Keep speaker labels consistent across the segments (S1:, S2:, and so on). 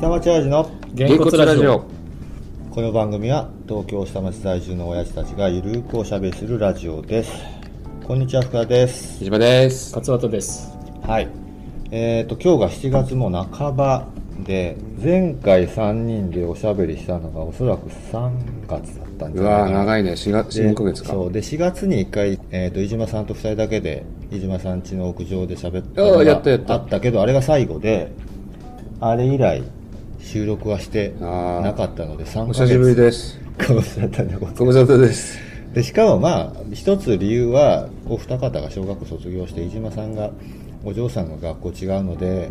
S1: 下町親父の
S2: げんこつラジオ
S1: この番組は東京下町在住の親父たちがゆるーくおしゃべりするラジオですこんにちは福田です
S3: 木島です
S2: 勝俣です
S1: はいえーと今日が7月も半ばで前回3人でおしゃべりしたのがおそらく3月だったんじ
S3: う
S1: ゃない
S3: わー
S1: かな
S3: 長いね4月
S1: で
S3: 4ヶ月か
S1: そうで4月に1回、えー、と飯島さんと2人だけで飯島さん家の屋上で喋った
S3: あ
S1: の
S3: あやったやった
S1: あったけどあれが最後であれ以来収録はして
S3: ああ
S1: なかったので3
S3: お
S1: ヶ月
S3: 久しぶりです
S1: ご無沙汰でございます
S3: ご無沙汰です
S1: でしかもまあ一つ理由はお二方が小学校卒業して飯島さんがお嬢さんが学校違うので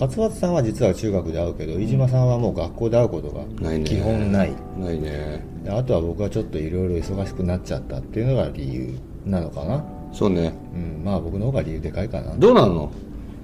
S1: 勝俣さんは実は中学で会うけど飯島さんはもう学校で会うこと
S3: な
S1: が
S3: いね
S1: 基本ない
S3: ないね
S1: であとは僕はちょっといろいろ忙しくなっちゃったっていうのが理由なのかな
S3: そうね
S1: うんまあ僕の方が理由でかいかな
S3: どうなの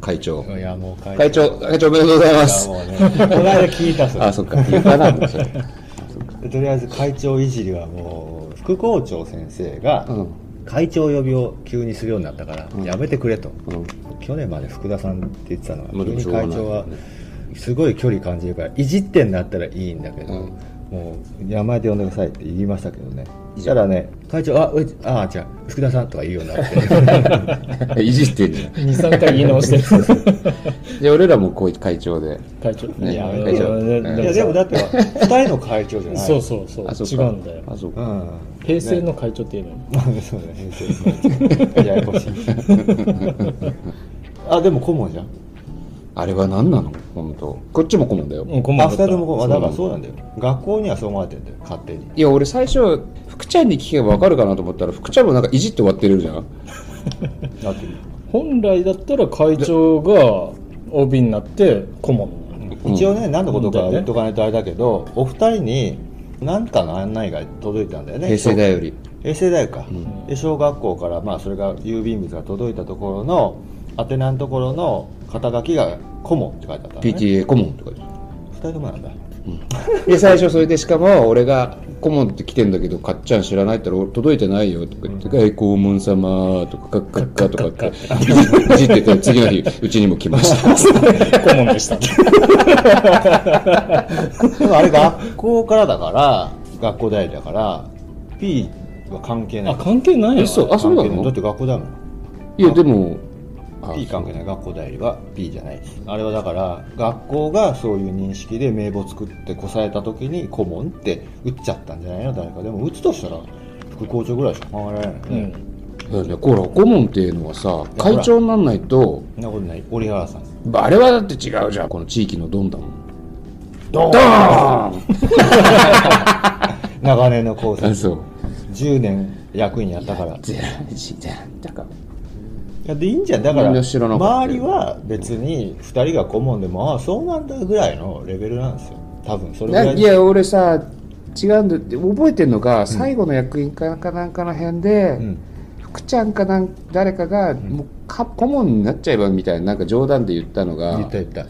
S3: 会長
S1: いやもう会
S3: 会長会長おめでとうございます
S1: もうねこの間聞いたそれ
S3: あそっか床なんだそれ
S1: でとりあえず会長いじりはもう副校長先生が
S3: うん
S1: 会長呼びを急にするようになったから、
S3: ん
S1: やめてくれと、
S3: うん
S1: 去年まで福田さんって言ってたのが
S3: まあ
S1: 急に
S3: でもしょうがな
S1: 会
S3: い
S1: 長は
S3: ね
S1: すごい距離感じるからいじってんだったらいいんだけど、
S3: うん
S1: もう名前で呼んでくださいって言いましたけどねそしたらね会長あういああじゃあ福田さんとか言うようになって
S3: いじってんじゃん
S2: 23回言い直して る
S3: で俺らもこう会長で
S2: 会長
S3: ね
S2: や
S1: 会
S3: 長
S2: で
S3: うん
S1: いやでもだって2人の会長じゃない
S2: そうそうそう
S3: あそっか
S2: 違うんだよ
S3: あそっ
S1: う
S3: か
S1: ん
S2: 平成の会長って言えばいいの
S1: まあ そうだね平成ややこしい あでも顧問じゃん
S3: あれは何なの本当こっちも顧問だよ
S2: うん顧問だ
S1: あ
S2: っ
S1: 二
S2: た
S1: 人とも顧問
S3: そ
S1: だか
S3: うなんだ
S1: らそうなんだよ学校にはそう思われてんだよ勝手に
S3: いや俺最初福ちゃんに聞けば分かるかなと思ったら福ちゃんもなんかいじって終わってるじゃん
S1: なってる
S2: 本来だったら会長が OB になって顧問なのよ
S1: 一応ね何のこと
S2: う
S1: か
S2: ん
S1: 言っとかないとあれだけどお二人に何かの案内が届いたんだよね
S3: 平成だより
S1: 衛生大学か、で小学校から、まあ、それが郵便物が届いたところの宛名のところの肩書きが「顧問」って書いてあったの、ね、
S3: PTA 顧問とか言って
S1: 二人ともなんだ
S3: で最初それでしかも俺が「顧問って来てんだけどかっちゃん知らない?」ったら俺「届いてないよ」とか言って「え肛門様」とか「カッカッカ」とかっていじってて次の日うちにも来ました
S2: 顧問でした
S1: でもあれ学校からだから学校代理だから P は関係ない
S2: あ関係ないよ
S3: 嘘あそうなの
S1: 関係いだって学校だもん
S3: いやでもあ
S1: P 関係ない学校代理は P じゃないですあれはだから学校がそういう認識で名簿作ってこさえた時に顧問って打っちゃったんじゃないの誰かでも打つとしたら副校長ぐらいしか考えられないよ
S2: う
S1: ね、
S2: ん
S3: だからねこら顧問っていうのはさ会長になんないと
S1: そんなことない折原さん
S3: あれはだって違うじゃんこの地域のドンだもんドーン
S1: 長年の講
S3: あ
S1: 師
S3: そう
S1: 10年役員やったからい
S3: ゼラチンだから
S1: やでいいんじゃんだから
S3: みんな
S1: 周
S3: 知らなかった
S1: りは別に2人が顧問でもああそうなんだぐらいのレベルなんですよ多分それぐら
S3: ないいや俺さ違うんだって覚えてんのが、最後の役員かなんかなんかの辺で、
S1: うん
S3: 福ちゃんかなん誰かが、もうか顧問になっちゃえばみたいななんか冗談で言ったの
S1: 言っ
S3: が
S1: た言った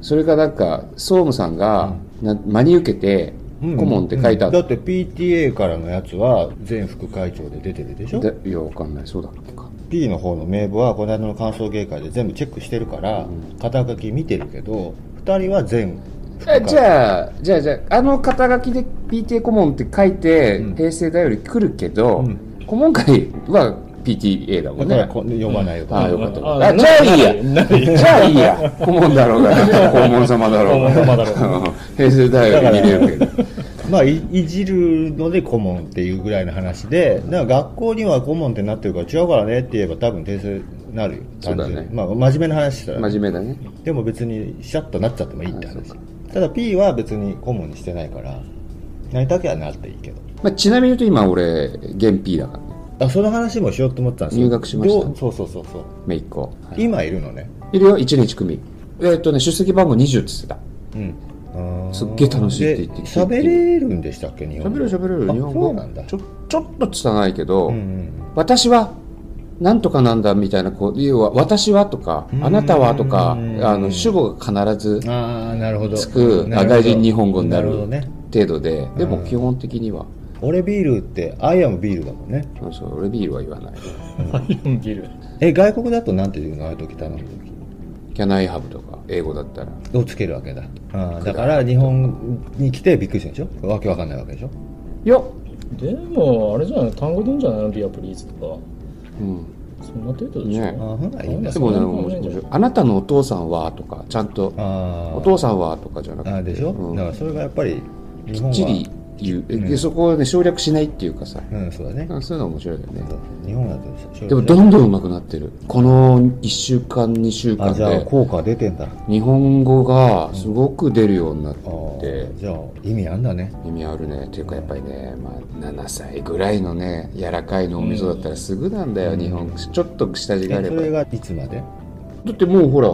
S3: それがなんか総務さんが、な真に受けて、
S1: うん
S3: 顧問って書いてあ
S1: う
S3: っ
S1: ん
S3: た、
S1: だって PTA からのやつは前副会長で出てるでしょ
S3: でいやわかんないそうだったか
S1: P の方の名簿はこの間の感想芸会で全部チェックしてるから、肩書き見てるけど2人は全副
S3: え
S1: 会
S3: じゃあじゃあじゃああの肩書きで PTA 顧問って書いて、
S1: うん
S3: 平成だより来るけど、
S1: うん
S3: 顧問会は PTA だも
S1: だ
S3: ん
S1: から
S3: ね
S1: こ読まないよ、
S3: ああよかった
S2: あ
S3: あじゃあいいや
S2: ない
S3: じゃあいいや顧問だろ うが顧問様だろうが
S2: 顧問様だろ
S3: うん平成大学に入れるけど
S1: まあいいじるので顧問っていうぐらいの話でだから学校には顧問ってなってるから違うからねって言えば多分訂正になるよ
S3: そうだ
S1: 単
S3: ね
S1: 純にまあ、真面目な話したら
S3: 真面目だね
S1: でも別にシャッとなっちゃってもいいって
S3: あ
S1: 話
S3: そう
S1: ただ P は別に顧問にしてないからなりたけはなっていいけど
S3: まあ、ちなみに言うと今俺現 P だからね
S1: あその話もしようと思ってたんですよ
S3: 入学しました
S1: どうそうそうそうそう、
S3: 姪っ子はい
S1: 今いるのね
S3: いるよ1日組えーっとね出席番号20って言ってた
S1: うん
S3: すっげえ楽しいって言って
S1: で喋れるんでしたっけ日本
S3: 喋
S1: 語
S3: れる喋れる
S1: あ
S3: 日本
S1: そう
S3: 語
S1: なんだ
S3: ちょちょっと拙いけど、
S1: うんうん
S3: 私はなんとかなんだみたいなこう要は私はとか
S1: ん
S3: あなたはとかあ
S1: うん
S3: の主語が必ず
S1: ああなるほど
S3: つく
S1: な
S3: あ
S1: るほど
S3: 外人日本語にな
S1: な
S3: る
S1: るほどね
S3: 程度ででも基本的には
S1: 俺ビールってアイアムビールだもんね
S3: うんそう俺ビールは言わない
S2: ビール
S1: え外国だとなんていうのああいう時頼む時
S3: キャナイハブとか、英語だったら。
S1: をつけるわけだあーだから日本に来てびっくりしたでしょわけわかんないわけでしょ
S3: いや、
S2: でもあれじゃない単語でいいんじゃないのビアプリーズと
S3: うん。
S2: かそんな程度でしょ、
S1: あ
S3: ね
S1: ーほんならいいんだ
S3: でもね、
S2: そんな
S3: 面
S2: ことないんじゃない
S3: 白い。あなたのお父さんはとか、ちゃんと、
S1: あー
S3: お父さんはとかじゃなく
S1: あ
S3: て。
S1: ーでしょ、
S3: うん
S1: だからそれがやっぱり日
S3: き
S1: 本
S3: っ
S1: は
S3: ちり言う。
S1: ん
S3: で、そこをね、省略しないっていうかさ。
S1: うんそうだね
S3: そういうのは面白いよね。
S1: 日本だとしょ
S3: でも、どんどん上手くなってる。この1週間、2週間
S1: あじゃあ
S3: で、
S1: 効果出てんだあ
S3: 日本語がすごく出るようになってって
S1: ー、じゃあ意味あんだね
S3: 意味あるね。っていうか、やっぱりね、まあ、7歳ぐらいのね、柔らかい脳みそだったらすぐなんだよ、
S1: うん
S3: 日本。ちょっと下地
S1: え
S3: があれ
S1: そ
S3: ば
S1: れ。がいつまで
S3: だってもうほら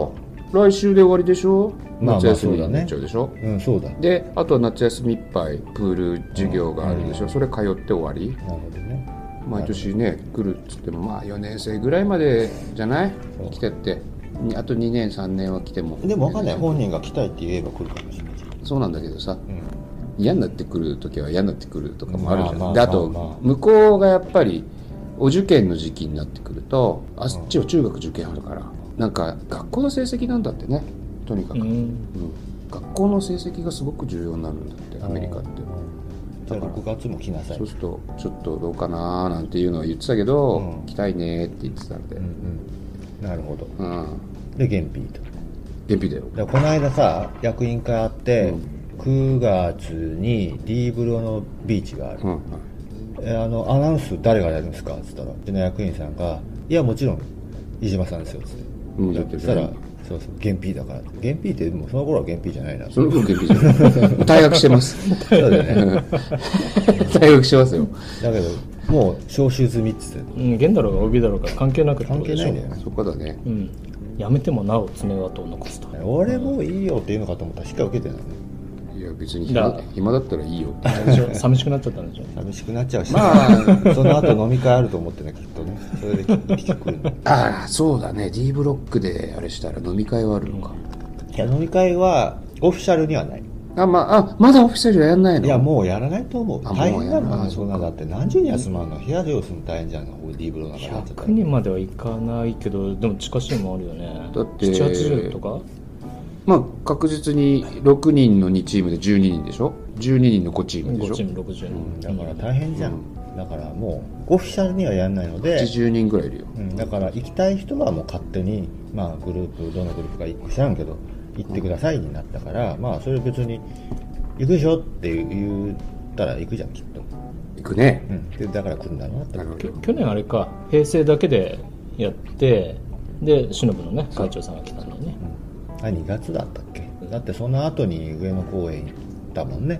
S3: 来週で終わりでしょ
S1: まあまあ
S3: 夏休み
S1: そうだ
S3: に
S1: ね
S3: なっちゃうでしょ、
S1: うんそうだなる
S3: であとは夏休みいっぱいプール授業があるでしょ、
S1: うん
S3: それ通って終わり
S1: ほどね
S3: 毎年ね来るっつってもまあ4年生ぐらいまでじゃない
S1: そう
S3: 来てってにあと2年3年は来ても
S1: でもわかんない本人が来たいって言えば来るかもしれない
S3: そうなんだけどさ
S1: うん
S3: 嫌になってくる時は嫌になってくるとかもあるじゃん、
S1: まあまあ
S3: であと、
S1: まあまあ
S3: 向こうがやっぱりお受験の時期になってくるとあっちは中学受験あるからなんか学校の成績なんだってねとにかく、
S2: うん
S3: うん学校の成績がすごく重要になるんだってアメリカって
S1: じゃあ
S3: だから
S1: 6月も来なさい
S3: そうするとちょっとどうかなーなんていうのを言ってたけど、
S1: うん
S3: 来たいねーって言ってたんで
S1: うんうんなるほど
S3: うん
S1: で原費と
S3: 原費だよ
S1: だからこの間さ役員会あって、
S3: うん
S1: 9月にディーブロのビーチがある、
S3: うん
S1: えあのアナウンス誰がやるんですかっつったらうちの役員さんが「いやもちろん飯島さんですよ」っつって
S3: うんだ
S1: そ
S3: ってね
S1: したら「そうそう原費だから」原費ってでもその頃は原費じゃないな
S3: その分原費じ ゃない退学してます
S1: そうだよね
S3: 退学してますよ
S1: だけどもう招集済みっつって
S2: うん源だろうが帯だろうが関係なくってこ
S1: 関
S2: と
S1: 係
S2: でし
S1: な
S2: ょ
S1: いんだよね
S3: そこだね
S2: うんやめてもなお爪痕を残すと
S1: 俺もういいよって言うのかと思ったらしっかり受けてないね
S3: いや別に
S2: だ
S3: 暇暇だったらいいよって
S2: あれでしょ寂しくなっちゃったんでしょ
S1: 寂しくなっちゃうし、
S3: まあ
S1: その後飲み会あると思ってねきっとねそれで来てくるの
S3: ああそうだね D ブロックであれしたら飲み会はあるのか、
S1: いや飲み会はオフィシャルにはない
S3: あまああまだオフィスではやんないの
S1: いやもうやらないと思う
S3: あ
S1: 大変だ
S3: もうやら
S1: も
S3: なんい
S1: そんなだって何十人集まるの部屋で用するの大変じゃんこうディーブロなんかなっちゃったら
S2: 100人まではいかないけどでも近しいもんあるよね
S3: だって
S2: 780とか
S3: まあ、確実に6人の2チームで12人でしょ12人の5チームで
S2: 5チ
S3: し
S2: ー
S3: ょ
S2: ム60人、
S1: うんだから大変じゃん、だからもうオフィシャルにはやらないので、
S3: 80人ぐらいいるよ
S1: うん、だから行きたい人はもう勝手に、まあ、グループどのグループか行く知らんけど行ってくださいになったから、まあそれ別に行くでしょって言ったら行くじゃんきっと、
S3: いくね
S1: うん、でだから来るんだろうなって
S3: なるほ
S2: きょ
S3: ど
S2: 去年あれか平成だけでやってで忍のね会長さんが来たんだよね
S1: あ2月だったっけだってその後に上野公園行ったもんね、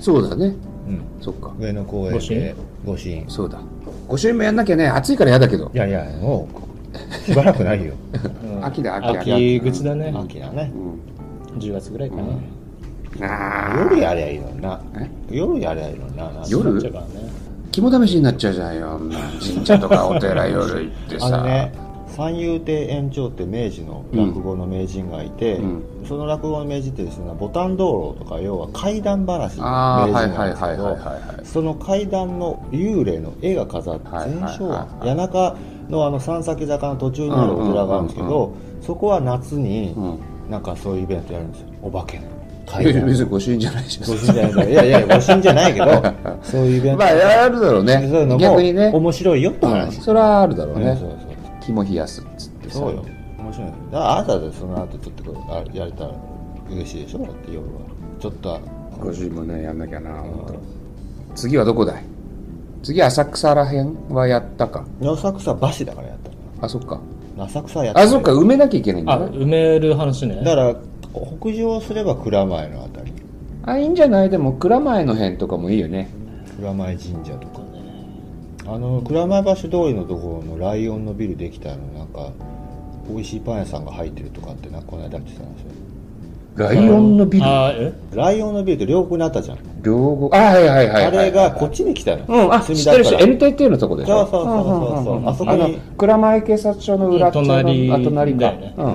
S3: そうだね
S1: うん、
S3: そっか
S1: 上野公園で御朱印
S3: そうだ5周目やんなきゃね暑いから嫌だけど
S1: いやいやもうしばらくないよ
S2: うん
S3: 秋だ秋秋
S2: 秋口だね
S1: 秋だ ね
S3: うん
S2: 10月ぐらいかな、
S3: うんあ
S1: 夜やりゃいいのにな
S3: え
S1: 夜やりゃいいのにななんか
S3: 夜
S2: なっちゃうからね
S3: 肝試しになっちゃうじゃんよ神社とかお寺夜行って
S1: あ
S3: さ
S1: のね三遊亭園長って明治の落語の名人がいて、
S3: う
S1: その落語の名人ってですねボタン道路とか要は怪談話
S3: ああ
S1: の名
S3: はい
S1: 人な
S3: はい
S1: んですけ
S3: はいはい
S1: ど
S3: はい
S1: その階段の幽霊の絵が飾って
S3: はい
S1: 全焼
S3: はい
S1: 庵
S3: は
S1: 谷
S3: い
S1: 中のあの三崎坂の途中にあるお寺があるんですけ
S3: うんう
S1: どそこは夏に
S3: うん
S1: なんかそういうイベントやるんですよお化けの
S3: い
S1: 階
S3: やいや
S1: 段
S3: 別に5周じゃないじ
S1: ご神じゃないいやいやご神じゃないけどそういうイベ
S3: ゃ
S1: ン
S3: ん
S1: ト
S3: まあやるだろう
S1: そういう
S3: ね
S1: の
S3: 逆にね
S1: も面白いよって
S3: うん
S1: 話
S3: それはあるだろう
S1: ね
S3: ね
S1: そうそう
S3: 肝冷やすっつってさ
S1: そうよ面白いねだから朝でその後ちょっとこうあやれたら嬉しいでしょだって夜はちょっと
S3: ご主人もねやんなきゃな本当次はどこだい次浅草らへんはやったか
S1: 浅草橋だからやった
S3: あそっか
S1: の浅草やった
S3: あそっか埋めなきゃいけないん
S2: あ
S3: だね
S2: 埋める話ね
S1: だから北上すれば蔵前のあたり
S3: あいいんじゃないでも蔵前の辺とかもいいよね
S1: 蔵前神社とかあの蔵前橋通りのところのライオンのビルできたのなんか美味しいパン屋さんが入ってるとかってなこの間言ってたんですよ
S3: ライオンのビル
S2: あえ
S1: ライオンのビルって両国にあったじゃん、
S3: 両国あはいはいはいはいはい
S1: あれがこっちに来たの、
S3: うんあ
S1: 墨
S3: 知っ
S1: 田
S3: てる
S1: 区
S3: 知
S1: か
S3: って
S1: ら
S3: る NTT のとこでし
S1: そ
S3: ょ
S1: うそうそうそうそうあそこ
S3: あの
S1: に
S3: 蔵前警察署の裏っちょの
S2: 隣
S3: あ隣か
S2: だよね
S3: う
S1: うんん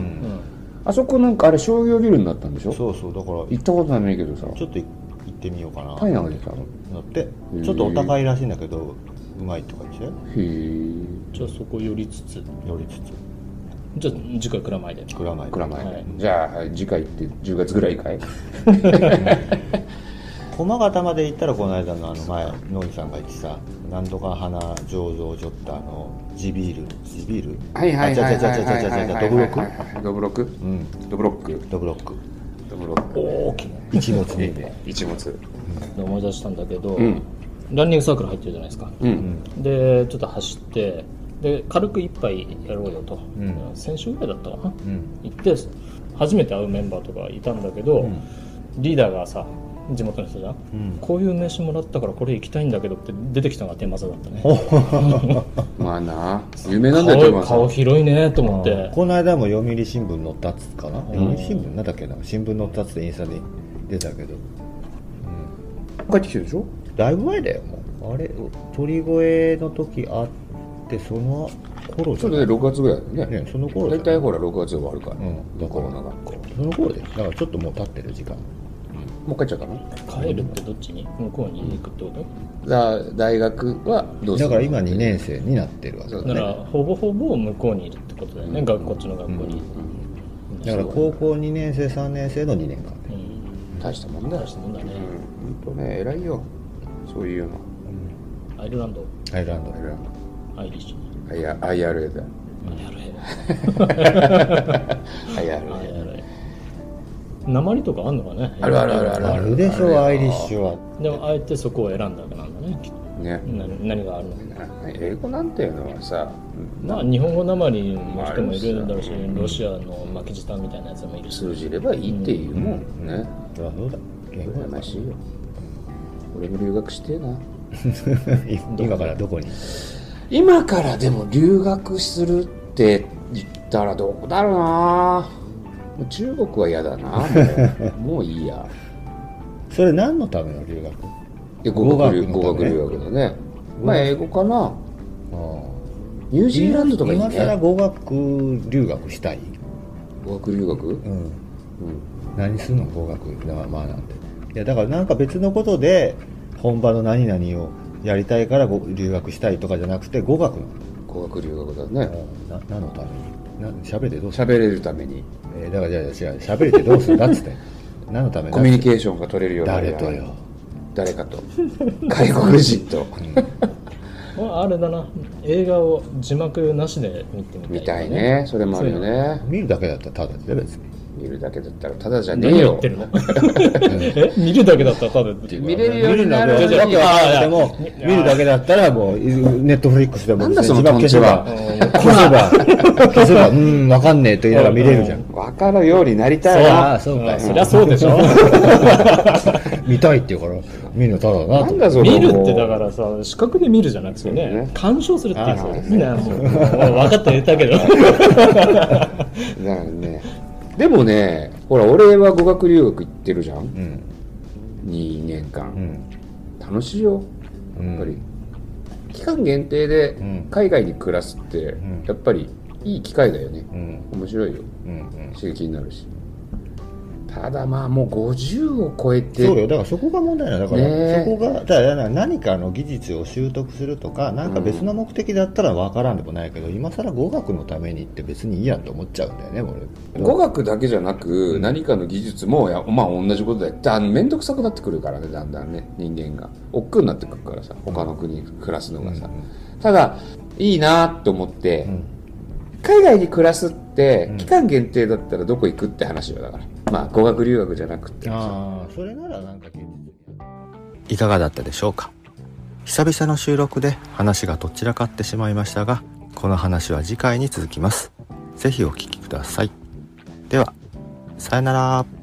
S3: あそこなんかあれ商業ビルになったんでしょ
S1: そうそうだから
S3: 行ったことないけどさ
S1: ちょっと行ってみようかな
S3: パン屋が出たの
S1: だってちょっとお高いらしいんだけどうまいとか言ってたよ
S3: へえ
S2: じゃあそこ寄りつつ
S1: よりつつ
S2: じゃあ次回蔵前で
S1: 蔵前
S3: 蔵前、
S2: はい
S3: じゃあはい次回って10月ぐらいかい
S1: 駒形まで行ったらこの間のあの前ノイさんが言ってさ何とか花醸造所ってあの地ビール地ビールあちゃちゃちゃちゃちゃちゃちゃドブロック
S3: クドブロック
S1: うん
S3: ドブロック
S1: ドブロック
S3: ドブロック
S2: 大きな
S1: 一物
S3: いい
S1: に
S3: ね一物
S2: で思い出したんだけど、
S3: うん
S2: ランニングサークル入ってるじゃないですか、
S3: うん
S2: でちょっと走ってで軽く一杯やろうよと、
S1: ん
S2: 先週ぐらいだったかな、
S1: うん
S2: 行って初めて会うメンバーとかいたんだけど、
S1: うん
S2: リーダーがさ地元の人じゃん、
S1: うん
S2: こういう名刺もらったからこれ行きたいんだけどって出てきたのが天マサだったね
S3: まあな夢なんだよ
S2: 顔
S3: 今
S2: 顔広いねと思って
S1: この間も読売新聞載ったっつかな、
S2: ん
S1: 読売新聞なんだっけな新聞載ったっつってインスタで出たけど、うん、
S3: 帰ってきてるでしょ
S1: だいぶ前だよもうあれ鳥越の時あってその頃じ
S3: そ
S1: ゃ
S3: れ
S1: な
S3: で
S1: い
S3: 6月ぐらいだよね
S1: ねその頃じゃ
S3: 大
S1: ない
S3: 体ほら6月で終わるから
S1: うん
S3: コロナがも
S1: その頃でだからちょっともう経ってる時間
S3: う帰っちゃうかな
S2: 帰るってどっちに向こうに行くってこ
S3: じゃあ大学はどうす
S1: だ
S3: る
S1: から今2年生になってるわけ
S3: そう
S2: とだからほぼほぼ向こうにいるってことだよね、学こっちの学校に、
S1: だから高校2年生3年生の2年間
S2: うん
S3: 大したもんだよ
S2: 大したもんだね
S3: うんほんとね偉いよそういうの
S2: アイルランド
S1: アイルランド
S3: 偉い
S2: アイリッシュ
S3: I- IRA だ
S2: はい
S3: IRA
S2: はい鉛とかあんのかね
S3: あるあるあるある
S1: あるでしょアイリッシュは
S2: でもあえてそこを選んだわけなんだねきっと
S3: ね
S2: な何があるのか
S3: 英語なんていうのはさ
S2: まあ日本語なまりの人もいるんだろうし、ロシアの巻き舌みたいなやつもいるし、
S3: 通じればいいっていうもんね
S1: そりゃそうだ言語
S3: 羨ましいよ俺も留学してえな
S1: 今からどこに
S3: 今からでも留学するって言ったらどこだろうなもう中国は嫌だなもう もういいや
S1: それ何のための留学
S3: で語学留
S1: 語
S3: 語
S1: 学
S3: 学
S1: のためね
S3: 留学だねまあ英語かな
S1: あ
S3: ニュージーランドとかいい
S1: 今更
S3: ね
S1: 語学留学したい、
S3: 語学留学、うん
S1: うん、何すんの語学まあまあなんていやだからなんか別のことで本場の何々をやりたいからご留学したいとかじゃなくて語学なの
S3: 語学留学だね
S1: うんな何のためにな喋ってどうする、
S3: 喋れるために
S1: えーだからじゃあ違う喋れてどうするんだっつって 何のためだ
S3: コミュニ
S1: ー
S3: ケーションが取れるようにな
S1: 誰
S3: る
S1: とよ
S3: 誰かと外国人と
S2: まあ、あれだな映画を字幕なしで見てみたい,、
S3: みたいねそれもあるよね
S1: 見るだけだったらただで別に
S3: 見るだけだったらただじゃね
S2: 何
S3: え
S2: や
S3: よ
S2: ってるの え見るだけだったらただっていう
S3: 見れる
S1: 見
S3: よう
S1: る
S3: にな
S1: だ
S3: る
S1: け
S2: じゃあじゃ
S1: だ
S2: あ
S1: ったらもう見るだけだったらもうネットフリックスでも
S3: なんだ
S1: 別に
S3: その
S1: 字幕消せば消せば消せばうん分かんねえと言いながら見れるじゃん
S3: 分かるようになりたい
S1: あ
S3: な
S1: あそうか
S2: あ
S1: い
S2: そりゃそうでしょ
S1: 見たいって言うから見るのただだなと
S3: なんだその
S2: 見るってだからさ視覚で見るじゃなくてね
S3: そうね
S2: 鑑賞するっていうさ
S1: あー
S2: みんなもうもう分かってたけど
S3: だからねでもねほら俺は語学留学行ってるじゃん
S1: うん
S3: 2年間、
S1: うん
S3: 楽しいよ
S1: うん
S3: やっぱり、期間限定で
S1: ん
S3: 海外に暮らすって、
S1: ん
S3: やっぱりいい機会だよね
S1: う、ん
S3: 面白いよ
S1: うんうん
S3: 刺激になるしただまあもう50を超えて
S1: そうよだからそこが問題なのだから、
S3: ねえ
S1: そこがだから何かの技術を習得するとかなんか別の目的だったら分からんでもないけど、今更語学のためにって別にいいやと思っちゃうんだよね俺
S3: 語学だけじゃなく、何かの技術もやまあ同じことだよだ面倒くさくなってくるからねだんだんね人間が億劫になってくるからさ他の国に暮らすのがさ、ただいいなと思って、
S1: ん
S3: 海外に暮らすって
S1: うん
S3: 期間限定だったらどこ行くって話よだからまあ語学留学じゃなくて
S1: ああそれならなんか現実いかがだったでしょうか久々の収録で話がどちらかってしまいましたがこの話は次回に続きますぜひお聞きくださいではさよなら